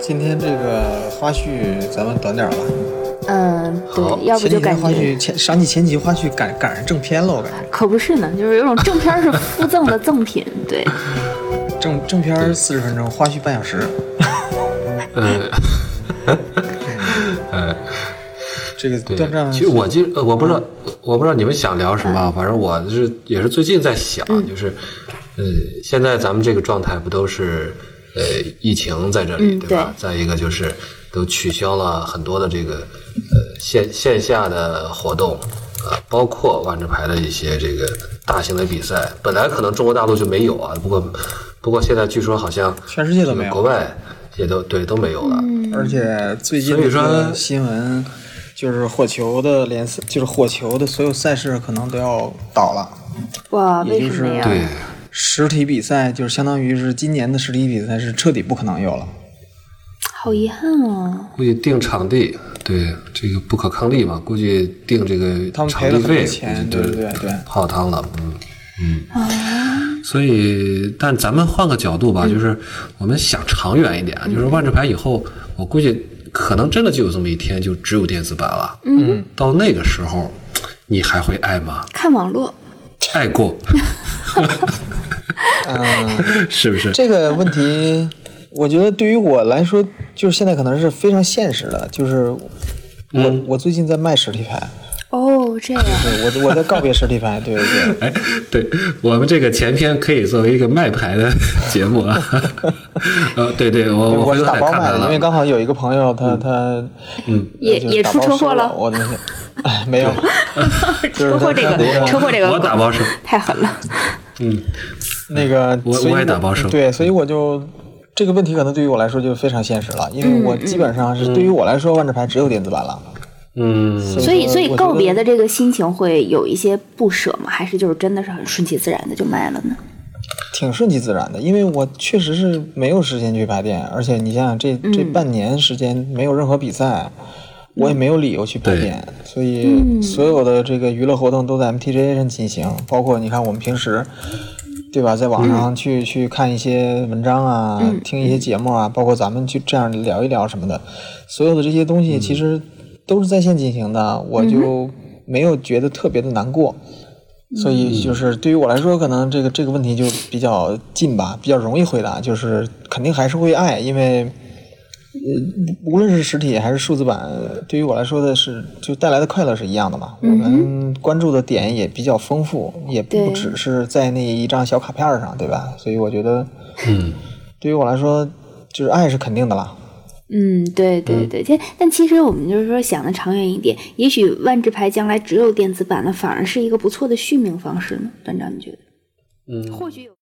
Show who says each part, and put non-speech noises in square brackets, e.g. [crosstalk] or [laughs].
Speaker 1: 今天这个花絮咱们短点儿吧。
Speaker 2: 嗯，
Speaker 1: 好
Speaker 2: 对，要不
Speaker 1: 前
Speaker 2: 就
Speaker 1: 几
Speaker 2: 感
Speaker 1: 天花
Speaker 2: 觉
Speaker 1: 絮前想起前几集花絮赶赶上正片了，我感觉
Speaker 2: 可不是呢，就是有种正片儿是附赠的赠 [laughs] 品，对，
Speaker 1: 正正片四十分钟，花絮半小时。
Speaker 3: 呃，
Speaker 1: 嗯这个
Speaker 3: 对
Speaker 1: 段战，
Speaker 3: 其实我今呃我不知道，
Speaker 1: 嗯
Speaker 3: 我不知道你们想聊什么啊，反正我是也是最近在想，
Speaker 1: 嗯
Speaker 3: 就是，呃，现在咱们这个状态不都是呃疫情在这里、
Speaker 2: 嗯
Speaker 3: 对吧？再一个就是都取消了很多的这个呃线线下的活动。啊，包括万智牌的一些这个大型的比赛，本来可能中国大陆就没有啊，不过不过现在据说好像
Speaker 1: 全世界都没有嗯
Speaker 3: 国外也都对都没有了。
Speaker 1: 而且最近
Speaker 3: 所
Speaker 1: 的
Speaker 3: 以
Speaker 1: 这
Speaker 3: 说
Speaker 1: 个新闻，就是火球的联赛，就是火球的所有赛事可能都要倒了。
Speaker 2: 哇，
Speaker 1: 也
Speaker 2: 为
Speaker 1: 就
Speaker 2: 什
Speaker 1: 是
Speaker 2: 么呀？
Speaker 3: 对，
Speaker 1: 实体比赛就是相当于是今年的实体比赛是彻底不可能有了。
Speaker 2: 好遗憾哦。
Speaker 3: 估计定场地，对这个不可抗力嘛，估计定这个
Speaker 1: 他们
Speaker 3: 场
Speaker 1: 赔了
Speaker 3: 地
Speaker 1: 很多
Speaker 3: 费，
Speaker 1: 钱
Speaker 3: 估计都
Speaker 1: 对对对对
Speaker 3: 泡汤了，嗯嗯。所以，但咱们换个角度吧，就是我们想长远一点，啊就是万智牌以后，我估计可能真的就有这么一天，就只有电子版了。嗯，到那个时候，你还会爱吗？
Speaker 2: 看网络，
Speaker 3: 爱过，
Speaker 1: 嗯，
Speaker 3: 是不是？
Speaker 1: 这个问题，我觉得对于我来说，就是现在可能是非常现实的，就是我、我最近在卖实体牌，
Speaker 2: 哦，这样，
Speaker 1: 对我我在告别实体牌，对对对。
Speaker 3: 哎，对我们这个前篇可以作为一个卖牌的节目啊。 [laughs] 呃，对对， [laughs] 我
Speaker 1: 我
Speaker 3: 回
Speaker 1: 是
Speaker 3: 头
Speaker 1: 打
Speaker 3: 再
Speaker 1: 包
Speaker 3: 看
Speaker 1: 卖
Speaker 3: 看
Speaker 1: 的，
Speaker 3: 了
Speaker 1: 因为。刚好有一个朋友他，他嗯
Speaker 2: 也也出车祸了
Speaker 1: 我那些， [laughs] 哎，没有， [laughs] 就是
Speaker 2: 车祸这
Speaker 1: 他
Speaker 2: 个，车祸这个，
Speaker 3: 我打包收。
Speaker 2: 太狠了。
Speaker 1: 那个，
Speaker 3: 我
Speaker 1: 所以
Speaker 3: 我也打包收
Speaker 1: 对，所以我就这个问题可能对于我来说就非常现实了，因为
Speaker 2: 嗯
Speaker 1: 我基本上是对于我来说，万智牌只有电子版了。
Speaker 3: 嗯，
Speaker 2: 所以，
Speaker 1: 说
Speaker 2: 所以
Speaker 1: 我觉
Speaker 2: 告
Speaker 1: 得
Speaker 2: 别的这个心情会有一些不舍吗？还是就是真的是很顺其自然的就卖了呢？
Speaker 1: 挺顺其自然的，因为我确实是没有时间去排店，而且你想想这这半年时间没有任何比赛，我也没有理由去排店，所以所有的这个娱乐活动都在 MTJ 上进行，包括你看我们平时。对吧？在网上去、去看一些文章啊，听一些节目啊，包括咱们去这样聊一聊什么的，所有的这些东西其实都是在线进行的，我就没有觉得特别的难过。所以就是对于我来说，可能这个这个问题就比较近吧，比较容易回答，就是肯定还是会爱，因为呃，无论是实体还是数字版，对于我来说的是就带来的快乐是一样的嘛。我们关注的点也比较丰富，也不
Speaker 2: 对
Speaker 1: 只是在那一张小卡片儿上，对吧？所以我觉得，
Speaker 3: 嗯，
Speaker 1: 对于我来说，就是爱是肯定的啦。
Speaker 2: 嗯，对对对，但、但其实我们就是说想的长远一点，也许万智牌将来只有电子版了，反而是一个不错的续命方式呢。段长，你觉得？嗯，或许有。